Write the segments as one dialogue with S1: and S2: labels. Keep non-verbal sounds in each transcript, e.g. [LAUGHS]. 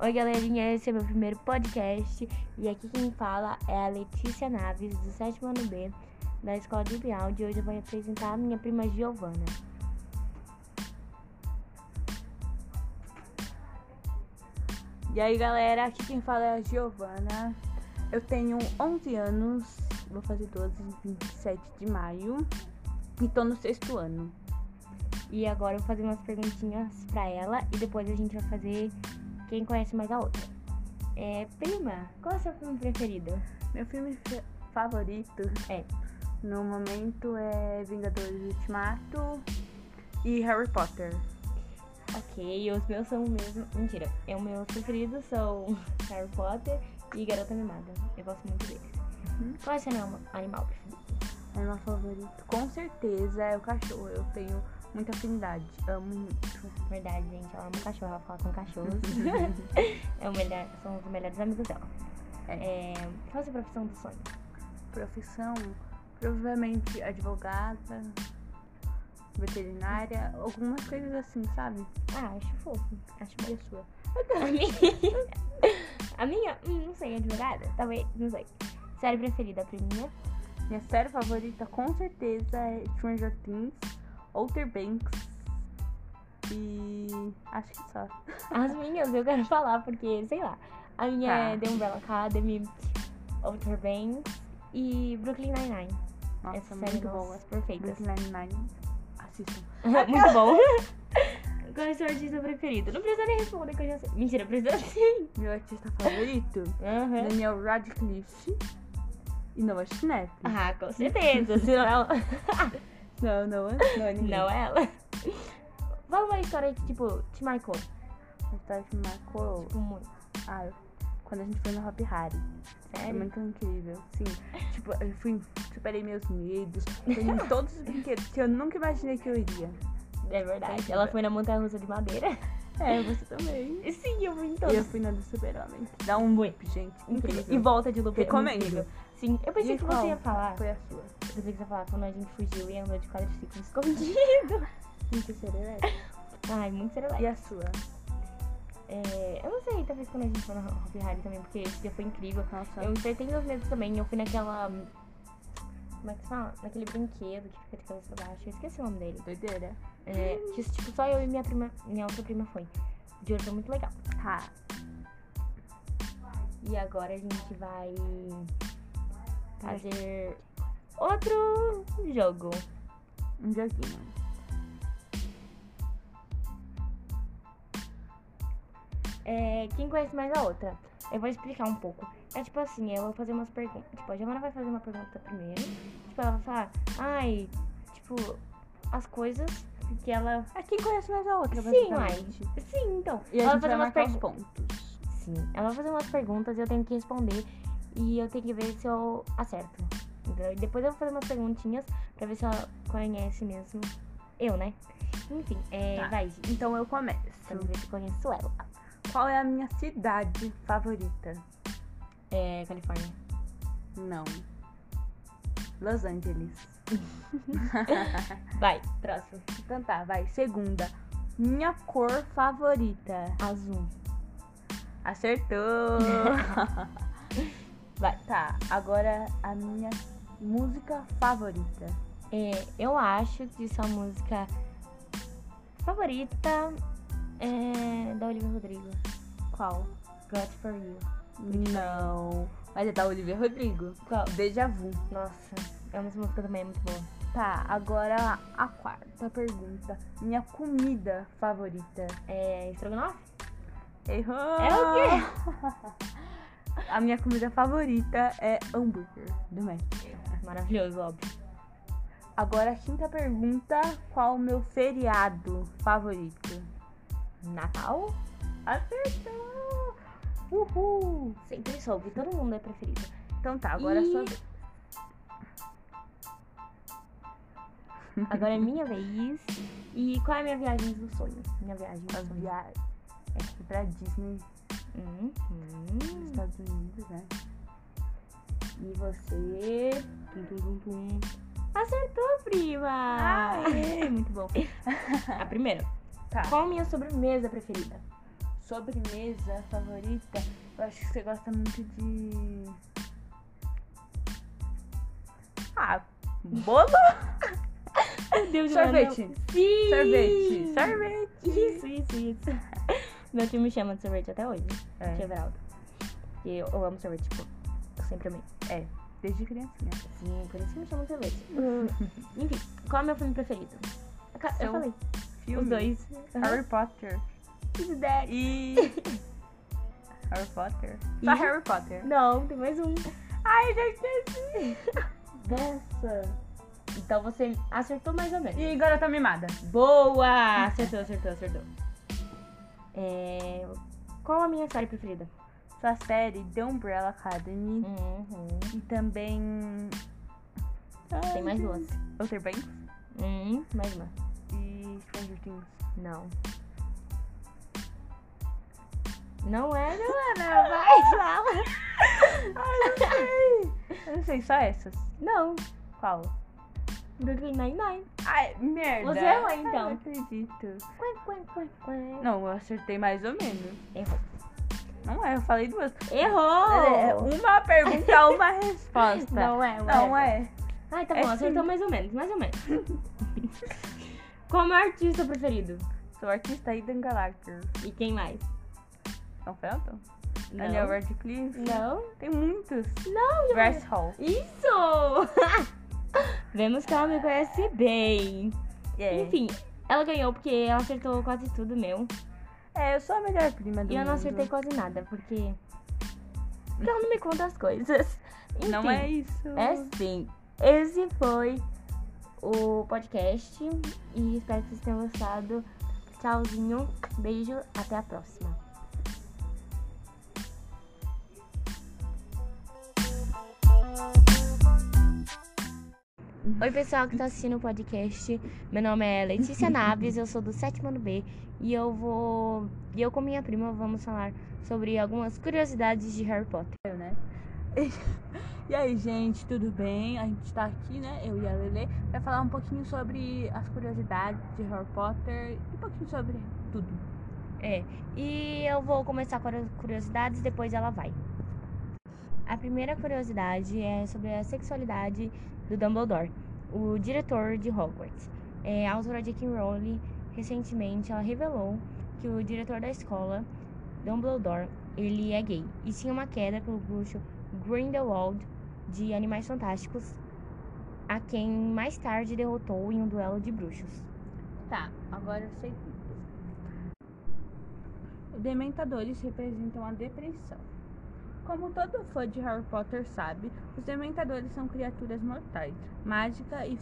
S1: Oi, galerinha, esse é meu primeiro podcast e aqui quem fala é a Letícia Naves, do sétimo ano B, da Escola de Bial, de hoje eu vou apresentar a minha prima Giovana.
S2: E aí galera, aqui quem fala é a Giovana. Eu tenho 11 anos, vou fazer 12 em 27 de maio e tô no sexto ano.
S1: E agora eu vou fazer umas perguntinhas pra ela e depois a gente vai fazer quem conhece mais a outra. É, prima, qual é o seu filme preferido?
S2: Meu filme fa- favorito
S1: É.
S2: no momento é Vingadores Ultimato e Harry Potter.
S1: Ok, os meus são mesmo. Mentira, é, os meus preferidos são [LAUGHS] Harry Potter e Garota Mimada. Eu gosto muito deles.
S2: Uhum.
S1: Qual é o seu anima- animal preferido?
S2: É meu favorito, com certeza é o cachorro. Eu tenho muita afinidade, amo muito.
S1: Verdade, gente, ela ama cachorro, ela fala com cachorros. [LAUGHS] é o melhor, são os melhores amigos dela. É, qual é a sua profissão do sonho?
S2: profissão, provavelmente advogada, veterinária, algumas coisas assim, sabe?
S1: Ah, acho fofo. Acho
S2: E
S1: bom.
S2: a sua?
S1: [LAUGHS] A minha. A minha? Hum, não sei, advogada? Talvez, não sei. Série preferida, é priminha?
S2: Minha série favorita com certeza é Stranger Things, Outer Banks e acho que só.
S1: As minhas eu quero [LAUGHS] falar, porque, sei lá. A minha
S2: Tá.
S1: é The Umbrella Academy, Outer Banks e Brooklyn Nine-Nine.
S2: Nossa,
S1: Essas séries
S2: é muito boa.
S1: nossas perfeitas. [LAUGHS]
S2: Brooklyn Nine-Nine, assistam.
S1: muito
S2: [LAUGHS]
S1: bom. Qual é o seu artista preferido? Não precisa nem responder que eu já sei. Mentira, precisa Uhum. sim.
S2: Meu artista favorito,
S1: Aham.
S2: Daniel Radcliffe e Noah Schnapp.
S1: Ah, com certeza. Senão ela.
S2: Não, não, não é ninguém. [LAUGHS]
S1: Não ela. Fala uma história que, tipo, te marcou.
S2: A história que me marcou,
S1: Tipo, muito.
S2: ah, quando a gente foi no Hop Harry. É
S1: Sério?
S2: muito incrível, sim. Tipo, eu fui, superei meus medos, fui em todos os brinquedos que eu nunca imaginei que eu iria.
S1: É verdade. Ela foi na montanha russa de madeira. [LAUGHS]
S2: É, você também.
S1: Sim, eu fui em
S2: E eu
S1: todos.
S2: fui na do Super-Homem. que Dá um whip, gente.
S1: E
S2: Incrível.
S1: volta de loop. é
S2: Recomendo.
S1: incrível. Sim, eu pensei
S2: E
S1: que
S2: qual
S1: você ia falar.
S2: Foi a sua.
S1: Eu pensei que você ia falar quando a gente fugiu e andou de quadriciclo
S2: [LAUGHS]
S1: escondido.
S2: Muito serelepe.
S1: Ai, muito será.
S2: E a sua?
S1: É, eu não sei, talvez quando a gente for na Hopi Hari também, porque esse dia foi incrível.
S2: Nossa.
S1: Eu enfrentei meus medos também. Eu fui naquela. Como é que se fala? Naquele brinquedo que fica de cabeça baixa. Eu esqueci o nome dele.
S2: Doideira.
S1: É,
S2: Hum.
S1: que, tipo, só eu e minha prima, minha outra prima foi. O dinheiro foi muito legal.
S2: Ah,
S1: E agora a gente vai fazer outro jogo.
S2: um joguinho.
S1: É, quem conhece mais a outra? Eu vou explicar um pouco. É tipo assim, eu vou fazer umas perguntas. Tipo, a Giovana vai fazer uma pergunta primeiro. Tipo, ela vai falar, ai, tipo, as coisas que ela.
S2: É quem conhece mais a outra,
S1: Sim, uai.
S2: basicamente.
S1: Sim, então.
S2: E a
S1: ela
S2: gente vai
S1: umas
S2: marcar um os
S1: pergu-
S2: pontos.
S1: Sim, ela vai fazer umas perguntas e eu tenho que responder. E eu tenho que ver se eu acerto. Entendeu? E depois eu vou fazer umas perguntinhas pra ver se ela conhece mesmo. Eu, né? Enfim, é,
S2: Tá.
S1: vai, Gi.
S2: Então eu começo.
S1: Pra ver se eu conheço ela.
S2: Qual é a minha cidade favorita?
S1: É, Califórnia.
S2: Não. Los Angeles.
S1: Vai, próximo.
S2: Então tá, vai. Segunda. Minha cor favorita.
S1: Azul.
S2: [LAUGHS] Acertou!
S1: Vai.
S2: Tá, agora a minha música favorita.
S1: É, eu acho que sua música favorita é da Olivia Rodrigo.
S2: Qual?
S1: God for You.
S2: Não. Mas é da Olivia Rodrigo.
S1: Qual?
S2: Deja vu.
S1: Nossa, é uma música também muito boa.
S2: Tá, agora a quarta pergunta. Minha comida favorita.
S1: É Strogonoff?
S2: Errou!
S1: É o quê?
S2: [LAUGHS] A minha comida favorita é hambúrguer do Mac.
S1: Ah, Maravilhoso, óbvio.
S2: Agora a quinta pergunta. Qual o meu feriado favorito?
S1: Natal?
S2: Acertou! Uhul!
S1: Sempre soube, todo mundo é [LAUGHS] preferido.
S2: Então tá, agora é
S1: Ih.
S2: sua vez.
S1: Agora é minha vez. E qual é a minha viagem do sonho? Minha viagem do
S2: As
S1: sonho.
S2: viagens. É que pra Disney,
S1: Uhum.
S2: nos Estados Unidos, né?
S1: E você? Tum, tum, tum, tum. Acertou, prima! Muito bom. A primeira.
S2: Tá.
S1: Tá. Qual a minha sobremesa preferida?
S2: sobremesa favorita, eu acho que você gosta muito de. Ah, bolo?
S1: Meu Deus,
S2: sorvete.
S1: Joana. Sim!
S2: Sorvete. Sorvete.
S1: Isso, isso, isso. [LAUGHS] Meu tio me chama de sorvete até hoje,
S2: É.
S1: tio Everaldo. E eu, eu amo sorvete, tipo, eu sempre amei.
S2: É, desde criancinha.
S1: Sim, por isso que me chamam de sorvete. [LAUGHS] Enfim, qual é o meu filme preferido? Eu ca- Eu
S2: Seu
S1: falei,
S2: Filme.
S1: os dois.
S2: Harry Potter.
S1: Uhum. Daddy.
S2: E. Harry Potter.
S1: E-
S2: Só Harry Potter.
S1: Não, tem mais um.
S2: Ai, já esqueci.
S1: Nossa. Então você acertou mais ou menos.
S2: E garota mimada.
S1: Boa! Acertou, acertou, acertou. É... Qual a minha série preferida?
S2: Sua série The Umbrella Academy.
S1: Uhum.
S2: E também.
S1: Tem mais
S2: Ai,
S1: duas.
S2: gente. Outer Banks
S1: Hum, mais uma.
S2: e Stranger Things.
S1: Não. Não é,
S2: [LAUGHS]
S1: Joana? Vai, fala!
S2: Ai, não sei. Eu não sei, só essas.
S1: Não,
S2: Qual?
S1: Brooklyn Nine-Nine.
S2: Ai, merda.
S1: Você errou,
S2: Ai,
S1: então.
S2: Não acredito.
S1: Quen, quen, quen, quen.
S2: Não, eu acertei mais ou menos.
S1: Errou.
S2: Não é, eu falei duas. É,
S1: Errou!
S2: uma
S1: [LAUGHS]
S2: pergunta, uma resposta.
S1: Não é,
S2: Não
S1: whatever.
S2: é.
S1: Ai, tá
S2: É
S1: bom, acertou
S2: sim.
S1: mais ou menos, mais ou
S2: [LAUGHS]
S1: menos. Qual é o meu artista preferido?
S2: Sou artista Aidan Galactor.
S1: E quem mais?
S2: Não Felton?
S1: Não.
S2: Daniel Radcliffe?
S1: Não?
S2: Tem muitos.
S1: Não, é. Joana.
S2: Bryce Hall.
S1: Isso! [LAUGHS] Vemos que ela me conhece bem.
S2: É.
S1: Enfim, ela ganhou porque ela acertou quase tudo meu.
S2: É, eu sou a melhor prima do
S1: E eu não
S2: mundo.
S1: acertei quase nada, porque. porque Ela não me conta as coisas. Enfim,
S2: Não é isso.
S1: É sim. Esse foi o podcast. E espero que vocês tenham gostado. Tchauzinho. Beijo. Até a próxima. Oi, pessoal que tá assistindo o podcast. Meu nome é Letícia Naves, eu sou do sétimo ano B e eu vou. E eu com minha prima vamos falar sobre algumas curiosidades de Harry Potter.
S2: Eu, né? E aí, gente, tudo bem? A gente tá aqui, né? Eu e a Lele, pra falar um pouquinho sobre as curiosidades de Harry Potter e um pouquinho sobre tudo.
S1: É, e eu vou começar com as curiosidades, depois ela vai. A primeira curiosidade é sobre a sexualidade do Dumbledore, o diretor de Hogwarts. É, a autora J.K. Rowling, recentemente, ela revelou que o diretor da escola, Dumbledore, ele é gay e tinha uma queda pelo bruxo Grindelwald de Animais Fantásticos, a quem mais tarde derrotou em um duelo de bruxos.
S2: Tá, agora eu sei tudo. Dementadores representam a depressão. Como todo fã de Harry Potter sabe, os dementadores são criaturas mortais, mágica e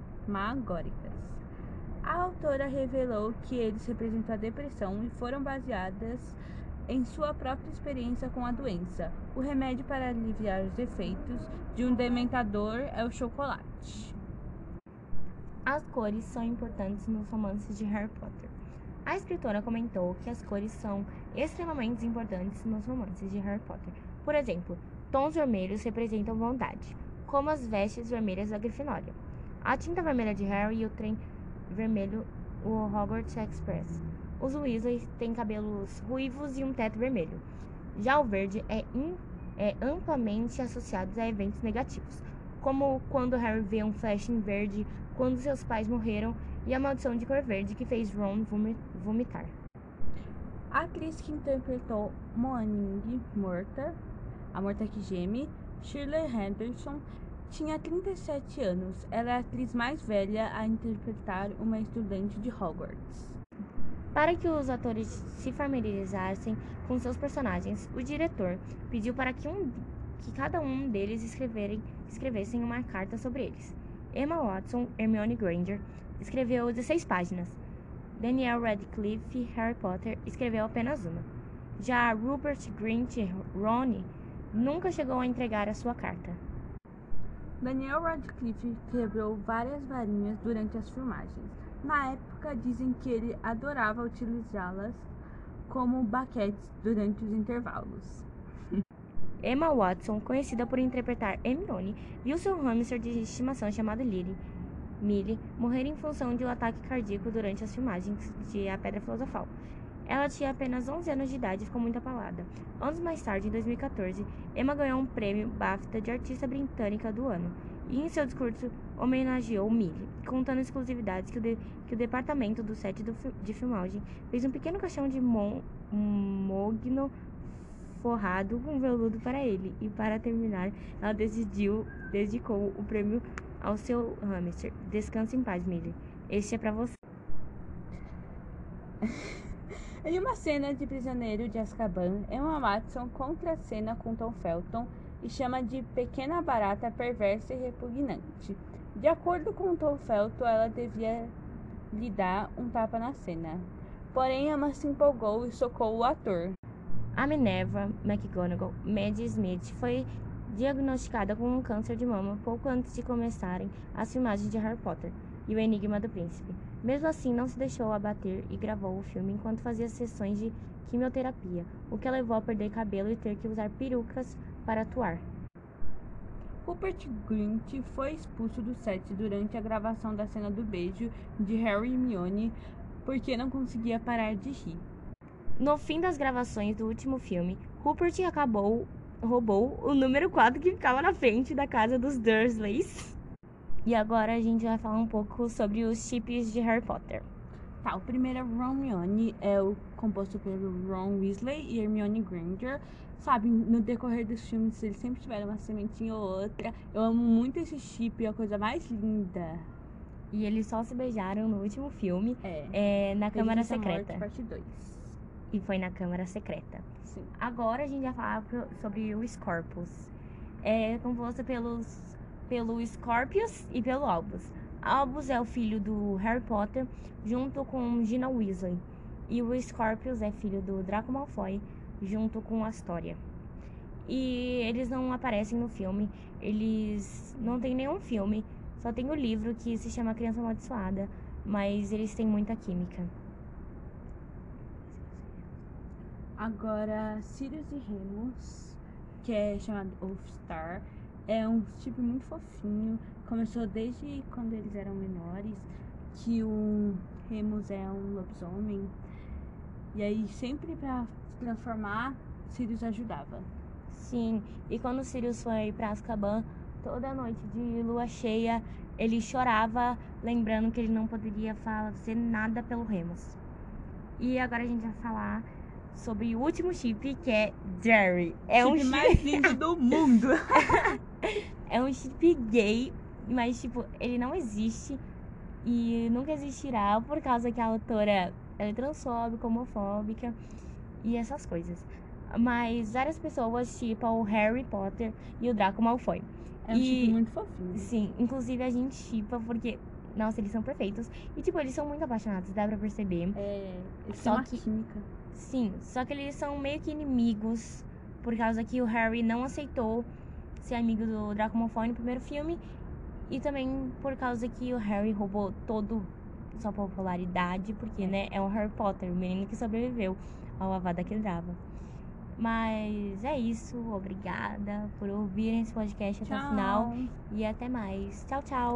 S2: fantasmagóricas. A autora revelou que eles representam a depressão e foram baseadas em sua própria experiência com a doença. O remédio para aliviar os efeitos de um dementador é o chocolate.
S1: As cores são importantes nos romances de Harry Potter. A escritora comentou que as cores são extremamente importantes nos romances de Harry Potter. Por exemplo, tons vermelhos representam vontade, como as vestes vermelhas da Grifinória. A tinta vermelha de Harry e o trem vermelho, o Hogwarts Express. Os Weasleys têm cabelos ruivos e um teto vermelho. Já o verde é, in- é amplamente associado a eventos negativos, como quando Harry vê um flash em verde quando seus pais morreram e a maldição de cor verde que fez Ron vomi- vomitar.
S2: A atriz que interpretou Moaning morta, a morta que geme, Shirley Henderson, tinha 37 anos. Ela é a atriz mais velha a interpretar uma estudante de Hogwarts.
S1: Para que os atores se familiarizassem com seus personagens, o diretor pediu para que, um, que cada um deles escreverem, escrevessem uma carta sobre eles. Emma Watson, Hermione Granger, escreveu 16 páginas. Daniel Radcliffe, Harry Potter, escreveu apenas uma. Já Rupert Grint, Ron, nunca chegou a entregar a sua carta.
S2: Daniel Radcliffe quebrou várias varinhas durante as filmagens. Na época, dizem que ele adorava utilizá-las como baquetes durante os intervalos.
S1: Emma Watson, conhecida por interpretar Hermione, viu seu hamster de estimação chamado Lily, Millie, morrer em função de um ataque cardíaco durante as filmagens de A Pedra Filosofal. Ela tinha apenas 11 anos de idade e ficou muito apalada. Anos mais tarde, em 2014, Emma ganhou um prêmio BAFTA de Artista Britânica do Ano e, em seu discurso, homenageou Millie, contando exclusividades que o, de- que o departamento do set do fi- de filmagem fez um pequeno caixão de mon- um mogno forrado com veludo para ele. E, para terminar, ela decidiu, dedicou o prêmio ao seu hamster. Descanse em paz, Millie. Este é para você.
S2: Em uma cena de Prisioneiro de Azkaban, Emma Watson contracena com Tom Felton e chama de pequena barata perversa e repugnante. De acordo com Tom Felton, ela devia lhe dar um tapa na cena. Porém, Emma se empolgou e socou o ator.
S1: A Minerva McGonagall, Maddie Smith, foi diagnosticada com um câncer de mama pouco antes de começarem as filmagens de Harry Potter e o Enigma do Príncipe. Mesmo assim, não se deixou abater e gravou o filme enquanto fazia sessões de quimioterapia, o que a levou a perder cabelo e ter que usar perucas para atuar.
S2: Rupert Grint foi expulso do set durante a gravação da cena do beijo de Harry e Hermione porque não conseguia parar de rir.
S1: No fim das gravações do último filme, Rupert acabou roubou o número 4 que ficava na frente da casa dos Dursleys. E agora a gente vai falar um pouco sobre os chips de Harry Potter.
S2: Tá, o primeiro é Hermione, é o composto pelo Ron Weasley e Hermione Granger. Sabe, no decorrer dos filmes eles sempre tiveram uma sementinha ou outra. Eu amo muito esse chip, é a coisa mais linda.
S1: E eles só se beijaram no último filme,
S2: É.
S1: é, na Câmara
S2: Feliz Dia da Morte,
S1: Secreta.
S2: parte 2.
S1: E foi na Câmara Secreta.
S2: Sim.
S1: Agora a gente vai falar pro- sobre o Scorpus. É composto pelos, pelo Scorpius e pelo Albus. Albus é o filho do Harry Potter, junto com Gina Weasley. E o Scorpius é filho do Draco Malfoy, junto com Astoria. E eles não aparecem no filme, eles não tem nenhum filme, só tem o livro que se chama Criança Amaldiçoada, mas eles têm muita química.
S2: Agora, Sirius e Remus, que é chamado All-Star, é um chip muito fofinho. Começou desde quando eles eram menores, que o Remus é um lobisomem. E aí, sempre pra se transformar, Sirius ajudava.
S1: Sim, e quando o Sirius foi pra Azkaban, toda noite de lua cheia, ele chorava, lembrando que ele não poderia fazer nada pelo Remus. E agora a gente vai falar sobre o último chip, que é Jerry. É
S2: chip
S1: um chip,
S2: Tipo, mais lindo
S1: [LAUGHS]
S2: do mundo!
S1: é um chip gay, mas tipo, ele não existe e nunca existirá por causa que a autora ela é transfóbica, homofóbica e essas coisas. Mas várias pessoas chipam o Harry Potter e o Draco Malfoy.
S2: É um
S1: E-
S2: chip muito fofinho.
S1: Sim, inclusive a gente chipa porque, nossa, eles são perfeitos. E, tipo, eles são muito apaixonados, dá pra perceber.
S2: É, eles
S1: Só
S2: têm uma
S1: que-
S2: química.
S1: Sim, só que eles são meio que inimigos por causa que o Harry não aceitou ser amigo do Draco Malfoy no primeiro filme. E também por causa que o Harry roubou todo sua popularidade, porque, né, é um Harry Potter, o menino que sobreviveu ao Avada Kedavra. Mas é isso, obrigada por ouvirem esse podcast até o final
S2: Tchau.
S1: e até mais. Tchau, tchau.